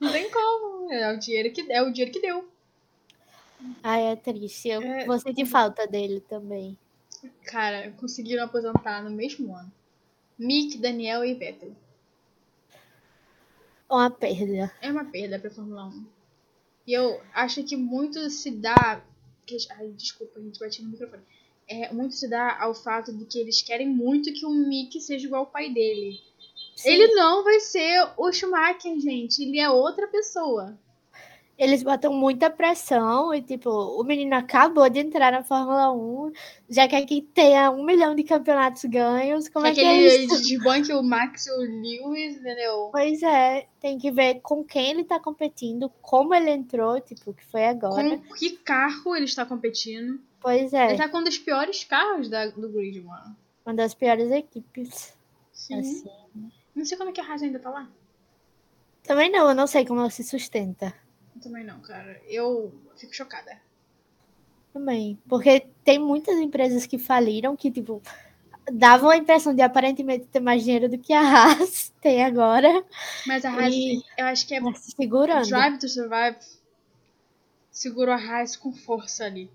S1: Não tem como. É o dinheiro que, é o dinheiro que deu.
S2: Ai, é triste. Eu
S1: É.
S2: vou sentir falta dele também.
S1: Cara, conseguiram aposentar no mesmo ano. Mick, Daniel e Vettel.
S2: Uma perda.
S1: É uma perda pra Fórmula 1. E eu acho que muito se dá. que- Ai, desculpa, a gente bati no microfone. É, muito se dá ao fato de que eles querem muito que o Mick seja igual ao pai dele.
S2: Sim,
S1: Ele não vai ser o Schumacher, gente. Ele é outra pessoa.
S2: Eles botam muita pressão e, tipo, o menino acabou de entrar na Fórmula 1, já quer que tenha um milhão de campeonatos ganhos. Como
S1: Quer
S2: é
S1: que
S2: que é
S1: ele
S2: isso?
S1: desbanque o Max e o Lewis, entendeu?
S2: Pois é, tem que ver com quem ele tá competindo, como ele entrou, tipo, que foi agora.
S1: Com que carro ele está competindo.
S2: Pois
S1: Ele
S2: é,
S1: tá com um dos piores carros da- do grid, mano.
S2: uma das piores equipes.
S1: Sim.
S2: assim.
S1: Não sei como é que a Haas ainda tá lá.
S2: Também não, eu não sei como ela se sustenta.
S1: Eu também não, cara. Eu fico chocada.
S2: Também. Porque tem muitas empresas que faliram que, tipo, davam a impressão de aparentemente ter mais dinheiro do que a Haas tem agora.
S1: Mas a Haas,
S2: E-
S1: eu acho que é
S2: Mas se segurando.
S1: Drive to Survive segurou a Haas com força ali.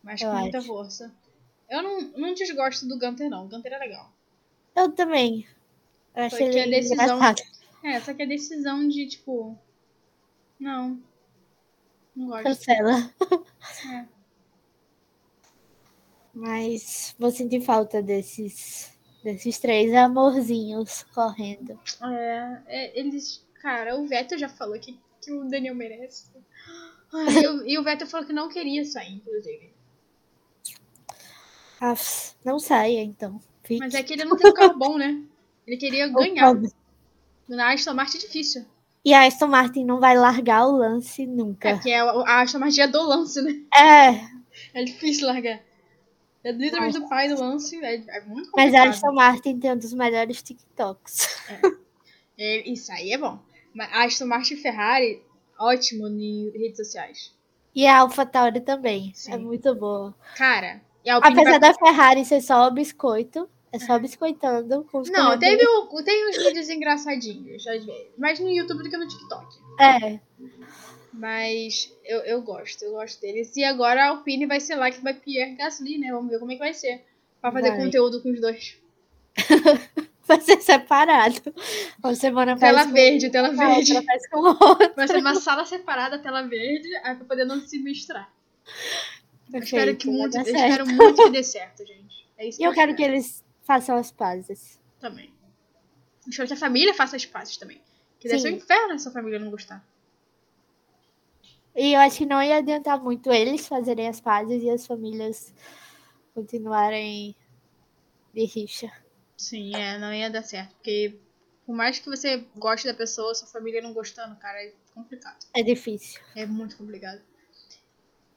S1: Mas
S2: Eu
S1: com muita
S2: acho.
S1: força. Eu não, não desgosto do Gunter, não. O Gunter é legal.
S2: Eu também. Eu achei
S1: que a
S2: ele
S1: decisão-
S2: engraçado.
S1: É, só que a decisão de, tipo. Não. Não gosto.
S2: Cancela.
S1: É.
S2: Mas vou sentir falta desses, desses três amorzinhos correndo.
S1: É, é, eles. Cara, o Vettel já falou que, que o Daniel merece. Ai, eu- e o Vettel falou que não queria sair, inclusive.
S2: Aff, não saia, então. Fique.
S1: Mas é que ele não tem um carro bom, né? Ele queria
S2: Ou
S1: ganhar.
S2: pobre.
S1: Na Aston Martin é difícil.
S2: E a Aston Martin não vai largar o lance
S1: É,
S2: nunca.
S1: porque é o- a Aston Martin é do lance, né?
S2: É,
S1: É difícil largar. É literalmente do pai do lance. É, é muito
S2: mas
S1: complicado.
S2: a Aston Martin tem um dos melhores TikToks.
S1: Ele- Isso aí é bom. Mas a Aston Martin e Ferrari, ótimo em redes sociais.
S2: E a AlphaTauri também.
S1: Sim.
S2: É muito boa.
S1: Cara, e a Alpine vai-
S2: Apesar da Ferrari ser só o biscoito, é só biscoitando com os
S1: Não,
S2: corredores.
S1: teve, um, tem uns vídeos engraçadinhos, às vezes. Mais no YouTube do que no TikTok.
S2: É,
S1: Mas eu, eu gosto, eu gosto deles. E agora a Alpine vai ser lá que vai Pierre Gasly, né? Vamos ver como é que vai ser. Pra fazer
S2: Vai.
S1: conteúdo com os dois.
S2: vai ser separado. Uma semana
S1: Tela
S2: faz com
S1: verde, tela
S2: uma,
S1: verde.
S2: outra faz com outra.
S1: Vai ser uma sala separada, tela verde, aí pra poder não se misturar. Eu espero
S2: Gente,
S1: que
S2: vai
S1: muito,
S2: dar
S1: eu
S2: certo.
S1: espero muito que dê certo, gente. É isso
S2: E eu quero que
S1: espero
S2: eles façam as pazes.
S1: também. Eu espero que a família faça as pazes também. Que deve
S2: Sim.
S1: ser um inferno se a família não gostar.
S2: E eu acho que não ia adiantar muito eles fazerem as pazes e as famílias continuarem de rixa.
S1: Sim, é, não ia dar certo. Porque por mais que você goste da pessoa, sua família não gostando, cara, é complicado.
S2: É difícil.
S1: É muito complicado.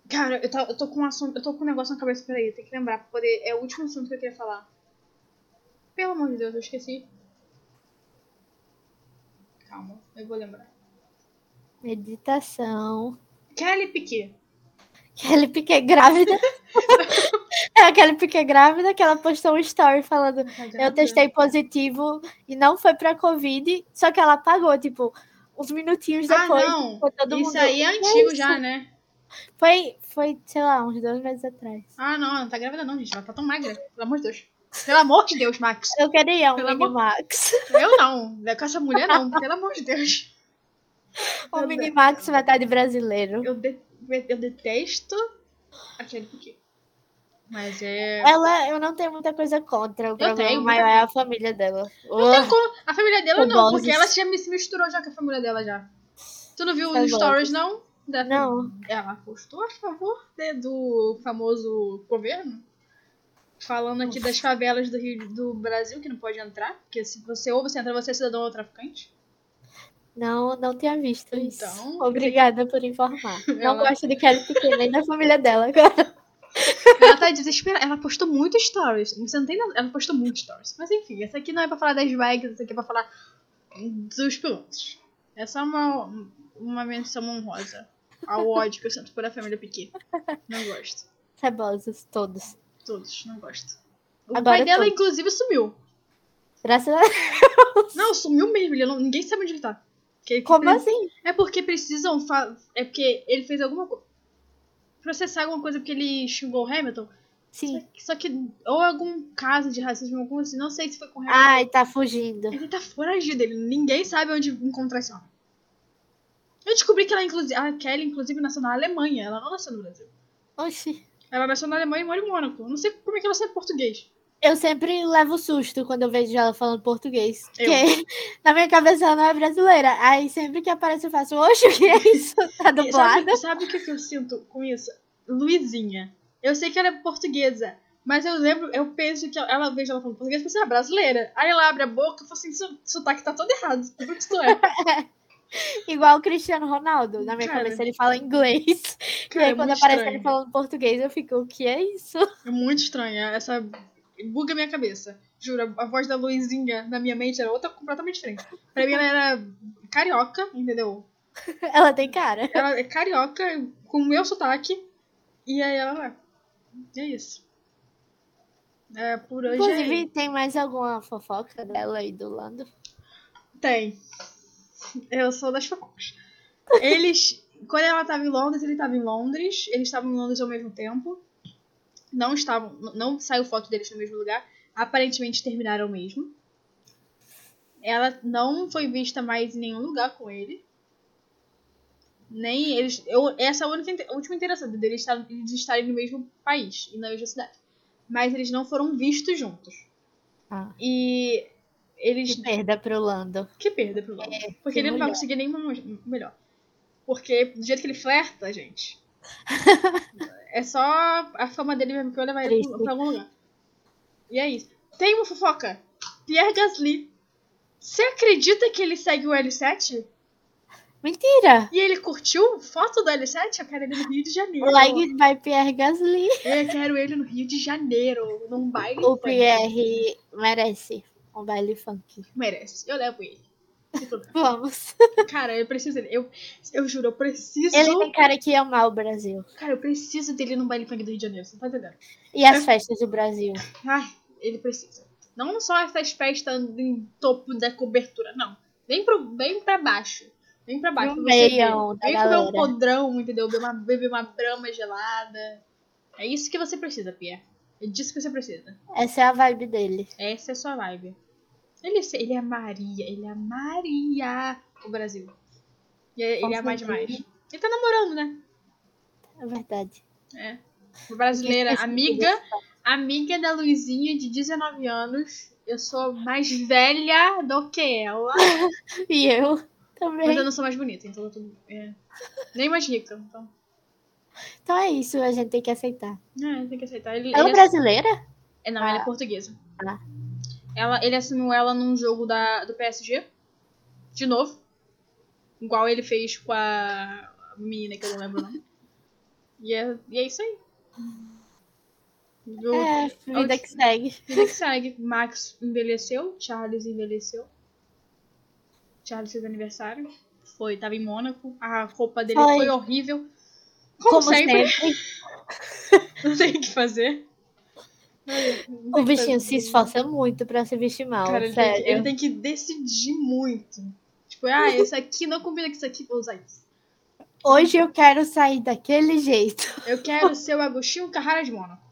S1: Cara, eu, tá- eu tô com um assunto. Eu tô com um negócio na cabeça, peraí, eu tenho que lembrar pra poder. É o último assunto que eu queria falar. Pelo amor de Deus, eu esqueci. Calma, eu vou lembrar.
S2: Meditação.
S1: Kelly Piquet.
S2: Kelly Piquet grávida. é a Kelly Piquet grávida que ela postou um story falando
S1: tá
S2: eu testei positivo e não foi pra Covid, só que ela apagou, tipo, uns minutinhos
S1: Ah,
S2: depois.
S1: não.
S2: ficou todo
S1: Isso
S2: mundo,
S1: aí é
S2: "Que
S1: antigo
S2: isso?"
S1: já, né?
S2: Foi, foi, sei lá, uns dois meses atrás.
S1: Ah, não, ela não tá grávida não, gente. Ela tá tão magra. Pelo amor de Deus. Pelo amor de Deus, Max.
S2: Eu queria um
S1: Pelo
S2: mini
S1: amor-
S2: Max.
S1: Eu não. Não é Com essa mulher não. Pelo amor de Deus.
S2: O
S1: Meu
S2: mini
S1: Deus.
S2: Max vai estar de brasileiro.
S1: Eu, de- eu detesto a Kelly Piquet. Mas é.
S2: Ela, eu não tenho muita coisa contra. O problema
S1: tenho,
S2: maior
S1: muita
S2: é a família dela.
S1: Tem como- A família dela
S2: Foi
S1: não,
S2: bom,
S1: porque
S2: gente.
S1: ela já me- se misturou já com a família dela já. Tu não viu
S2: Foi
S1: os
S2: bom.
S1: stories, não? Da-
S2: Não.
S1: Ela postou a favor né, do famoso governo. Falando aqui das favelas do Rio do Brasil que não pode entrar. Porque se você ou você entra, você é cidadão ou traficante.
S2: Não, não tinha visto isso.
S1: Então,
S2: Obrigada por informar. Não
S1: Ela-
S2: gosto de Kelly Piquet, nem da família dela agora.
S1: Ela tá desesperada. Ela postou muito stories. Você não tem nada- Ela postou muito stories. Mas enfim, essa aqui não é pra falar das bikes, essa aqui é pra falar dos pilotos. É só uma, uma menção honrosa ao ódio que eu sinto por a família Piquet. Não gosto.
S2: Cebosos todos.
S1: Todos, não gosto. O
S2: Agora é
S1: pai dela,
S2: todos.
S1: inclusive, sumiu.
S2: Graças a
S1: Não, sumiu mesmo. Ele não- ninguém sabe onde ele tá. Que- que
S2: Como
S1: pre-
S2: assim?
S1: É porque precisam. fa- É porque ele fez alguma coisa. Processar alguma coisa porque ele xingou o Hamilton.
S2: Sim.
S1: Só que. Ou algum caso de racismo, algum assim. Não sei se foi com o Hamilton.
S2: Ai, tá fugindo.
S1: Ele tá foragido, ele, ninguém sabe onde encontrar esse homem. Eu descobri que ela, inclusive, a Kelly, inclusive, nasceu na Alemanha, ela não nasceu no Brasil.
S2: Oxi.
S1: Ela nasceu na Alemanha e mora em Mônaco. Eu Não sei como é que ela sabe português.
S2: Eu sempre levo susto quando eu vejo ela falando português.
S1: Eu.
S2: Porque na minha cabeça ela não é brasileira. Aí sempre que aparece eu faço, oxe, o que é isso? Tá
S1: E sabe,
S2: dublada?
S1: sabe o que que eu sinto com isso? Luizinha. Eu sei que ela é portuguesa, mas eu lembro, eu penso que ela, ela vejo ela falando português, pensa, ah, brasileira. Aí ela abre a boca e fala assim, seu sotaque tá todo errado, tudo que isso não é.
S2: Igual o Cristiano Ronaldo. Na minha
S1: Cara.
S2: cabeça ele fala inglês. E
S1: Cara,
S2: aí
S1: é
S2: quando
S1: muito
S2: aparece
S1: estranho.
S2: ele falando português eu fico, o que é isso?
S1: É muito estranha. Essa. Buga minha cabeça. Juro, a voz da Luizinha na minha mente era outra completamente diferente. Pra mim ela era carioca, entendeu?
S2: Ela tem cara.
S1: Ela é carioca com o meu sotaque. E aí ela. É isso. É, por hoje. é-
S2: Inclusive, tem mais alguma fofoca dela aí do Lando?
S1: Tem. Eu sou das fofocas. Eles. Quando ela tava em Londres, ele tava em Londres. Eles estavam em Londres ao mesmo tempo. Não estavam. n- Não saiu foto deles no mesmo lugar. Aparentemente terminaram mesmo. Ela não foi vista mais em nenhum lugar com ele. Nem eles. Eu, essa é a, única, inte- a última interação deles estar- eles estarem no mesmo país e na mesma cidade. Mas eles não foram vistos juntos.
S2: Ah.
S1: E eles
S2: Que perda pro Lando.
S1: que perda pro Lobo. porque
S2: É, que
S1: ele não vai
S2: mulher.
S1: conseguir nenhuma mu- melhor. Porque do jeito que ele flerta, gente. é só a fama dele mesmo que vai levar ele pra-
S2: Triste.
S1: pra algum lugar. E é isso. Tem uma fofoca. Pierre Gasly. Você acredita que ele segue o L7?
S2: Mentira!
S1: E ele curtiu foto do L7? Eu quero ele no Rio de Janeiro.
S2: Like by Pierre Gasly.
S1: Eu quero ele no Rio de Janeiro, num baile.
S2: O
S1: funk.
S2: Pierre merece um baile funk.
S1: Merece. Eu levo ele. Tipo,
S2: Vamos.
S1: Cara, eu preciso dele. Eu, eu juro, eu preciso.
S2: Ele tem cara que ia amar o Brasil.
S1: Cara, eu preciso dele no baile funk do Rio de Janeiro, você não tá entendendo?
S2: E as festas do Brasil.
S1: Ai, ele precisa. Não só essas festas em topo da cobertura, não. Vem, pro, vem pra baixo. Vem pra baixo.
S2: No
S1: pra você ver.
S2: meião da
S1: Vem comer um
S2: galera.
S1: podrão, entendeu? Beber uma, beber uma brama gelada. É isso que você precisa, Pierre. É disso que você precisa.
S2: Essa é a vibe dele.
S1: Essa é a sua vibe. Ele, ele é Maria. Ele é Maria o Brasil. E é-
S2: Com
S1: ele é mais
S2: certeza.
S1: demais. Ele tá namorando, né?
S2: É verdade.
S1: É. Uma Brasileira,
S2: Esqueci
S1: amiga. Amiga da Luizinha, de 19 anos. Eu sou mais velha do que ela.
S2: disso. E eu
S1: Mas
S2: também.
S1: eu não sou mais bonita, então eu tô. é, nem mais rica. Então.
S2: Então é isso, a gente tem que aceitar.
S1: É, tem que aceitar. Ele,
S2: Ela
S1: ele
S2: é
S1: é,
S2: brasileira?
S1: é, não,
S2: Ah.
S1: ela é portuguesa.
S2: Ah.
S1: Ela, ele assinou ela num jogo da, do PSG. De novo. Igual ele fez com a menina que eu não lembro o nome. E é, e é isso aí. Viu?
S2: É, vida que segue.
S1: Vida que segue. Max envelheceu, Charles envelheceu. Charles fez aniversário. Foi, tava em Mônaco. A roupa dele
S2: Ai.
S1: foi horrível. Como,
S2: Como
S1: sempre,
S2: sempre,
S1: não tem o que fazer.
S2: o bichinho se esforça muito pra se vestir mal.
S1: Cara, ele tem,
S2: sério.
S1: que, ele tem que decidir muito. Tipo, ah, esse aqui não combina com isso aqui, vou usar isso.
S2: Hoje eu quero sair daquele jeito.
S1: Eu quero ser o Agostinho Carrara de Mônaco.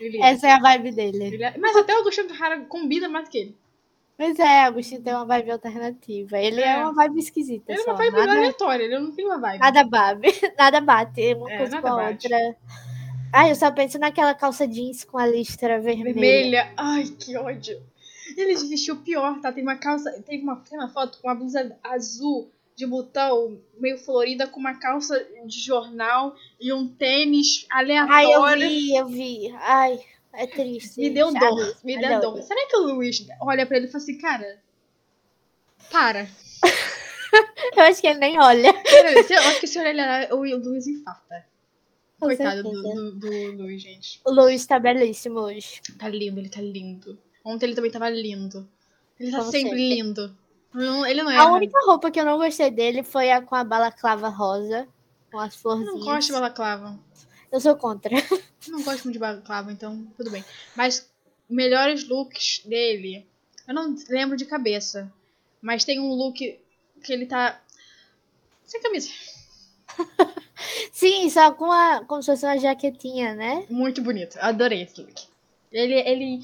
S1: Ele, é.
S2: Essa é a vibe dele.
S1: ele é- Mas até o Agostinho Carrara combina mais que ele.
S2: Mas é, Agostinho tem uma vibe alternativa. Ele é,
S1: É.
S2: uma vibe esquisita.
S1: Ele é
S2: só.
S1: uma vibe meio
S2: nada,
S1: aleatória, ele não tem uma vibe.
S2: nada babe. Nada bate. Uma
S1: É,
S2: coisa
S1: nada
S2: com a
S1: bate.
S2: outra. Ai, eu só penso naquela calça jeans com a listra vermelha.
S1: vermelha. Ai, que ódio. Ele vestiu pior, tá? Tem uma calça. Teve uma, tem uma foto com uma blusa azul de botão, meio florida, com uma calça de jornal e um tênis
S2: Ai, eu
S1: aleatório.
S2: vi, eu vi. Ai, é triste.
S1: me deu dor,
S2: Ai,
S1: me
S2: adoro.
S1: deu dor. Será que o Luiz olha pra ele e fala assim, cara? Para.
S2: Eu acho que ele nem olha.
S1: Eu acho que se olhar ele, o Luiz infarta.
S2: Com
S1: Coitado do,
S2: certeza.
S1: do, do Luiz, gente.
S2: O Luiz tá belíssimo hoje.
S1: Tá lindo, ele tá lindo. Ontem ele também tava lindo. Ele tá
S2: Como
S1: sempre
S2: sempre.
S1: lindo. Não- ele não é.
S2: A única roupa que eu não gostei dele foi a com a balaclava rosa, com as
S1: Eu
S2: florzinhas.
S1: não gosto de balaclava.
S2: Eu sou contra.
S1: Eu não gosto muito de balaclava, então tudo bem. Mas melhores looks dele. Eu não lembro de cabeça. Mas tem um look que ele tá. Sem camisa.
S2: Sim, só com a, como se fosse uma jaquetinha, né?
S1: Muito bonito. Adorei esse look. Ele. ele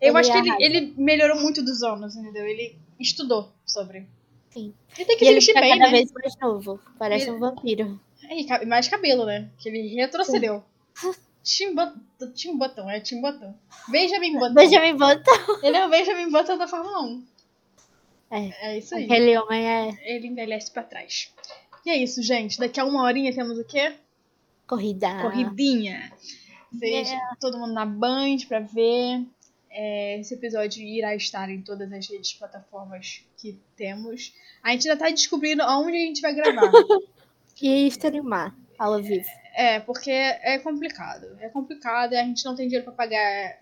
S1: eu
S2: Ele
S1: acho que ele,
S2: arrasa.
S1: ele melhorou muito dos anos, entendeu? Ele estudou sobre.
S2: Sim.
S1: Ele tem que
S2: E ele
S1: vestir
S2: fica
S1: bem,
S2: cada
S1: né?
S2: vez mais novo. Parece um vampiro.
S1: É, e ca- mais cabelo, né? Que ele retrocedeu. Tim Button, Tim Button, é Tim Button. Benjamin Button.
S2: Benjamin Button.
S1: Ele é o Benjamin Button da Fórmula 1.
S2: É.
S1: É isso aí.
S2: Aquele homem é
S1: Ele envelhece pra trás. E é isso, gente. Daqui a uma horinha temos o quê?
S2: corrida.
S1: Corridinha. Vocês, todo mundo na Band pra ver. É, esse episódio irá estar em todas as redes plataformas que temos. A gente ainda tá descobrindo aonde a gente vai gravar.
S2: E streamar ao vivo.
S1: É, porque é complicado. É complicado, a gente não tem dinheiro pra pagar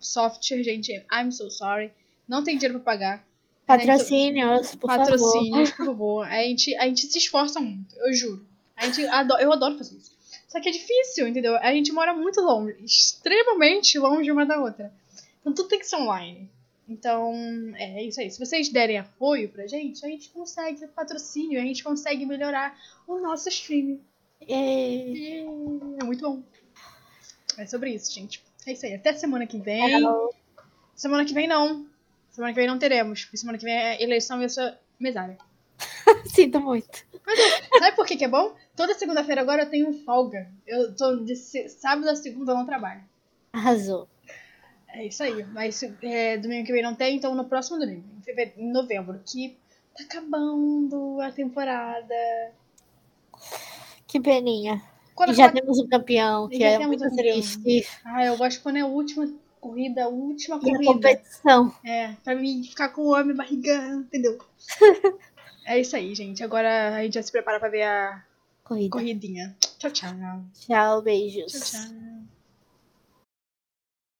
S1: software, gente. I'm so sorry. Não tem dinheiro pra pagar.
S2: Patrocínios, por favor.
S1: Patrocínios, por favor. A gente, a gente se esforça muito, eu juro. A gente ado- eu adoro fazer isso. Só que é difícil, entendeu? A gente mora muito longe, extremamente longe uma da outra. Então tudo tem que ser online. Então, é isso aí. Se vocês derem apoio pra gente, a gente consegue patrocínio, a gente consegue melhorar o nosso streaming.
S2: E...
S1: E É muito bom. É sobre isso, gente. É isso aí. Até semana que vem. Semana que vem não. Semana que vem não teremos. Porque semana que vem é eleição e eu sou mesária.
S2: Sinto muito.
S1: Sabe por que, que é bom? Toda segunda-feira agora eu tenho folga. Eu tô de se- sábado a segunda eu não trabalho.
S2: Arrasou.
S1: É isso aí. Mas se- é, domingo que vem não tem, então no próximo domingo, em, feve- em novembro, que tá acabando a temporada.
S2: Que peninha.
S1: Quando
S2: E já
S1: acabar-
S2: temos um campeão,
S1: E
S2: que
S1: já
S2: é
S1: temos
S2: muito
S1: um campeão.
S2: triste.
S1: Ah, eu gosto quando é a última corrida, a última
S2: E a
S1: corrida.
S2: competição.
S1: É, pra mim ficar com o homem barrigando, entendeu? é isso aí, gente. Agora a gente já se prepara pra ver a
S2: Corrida.
S1: corridinha. Tchau, tchau.
S2: Tchau, beijos.
S1: Tchau, tchau.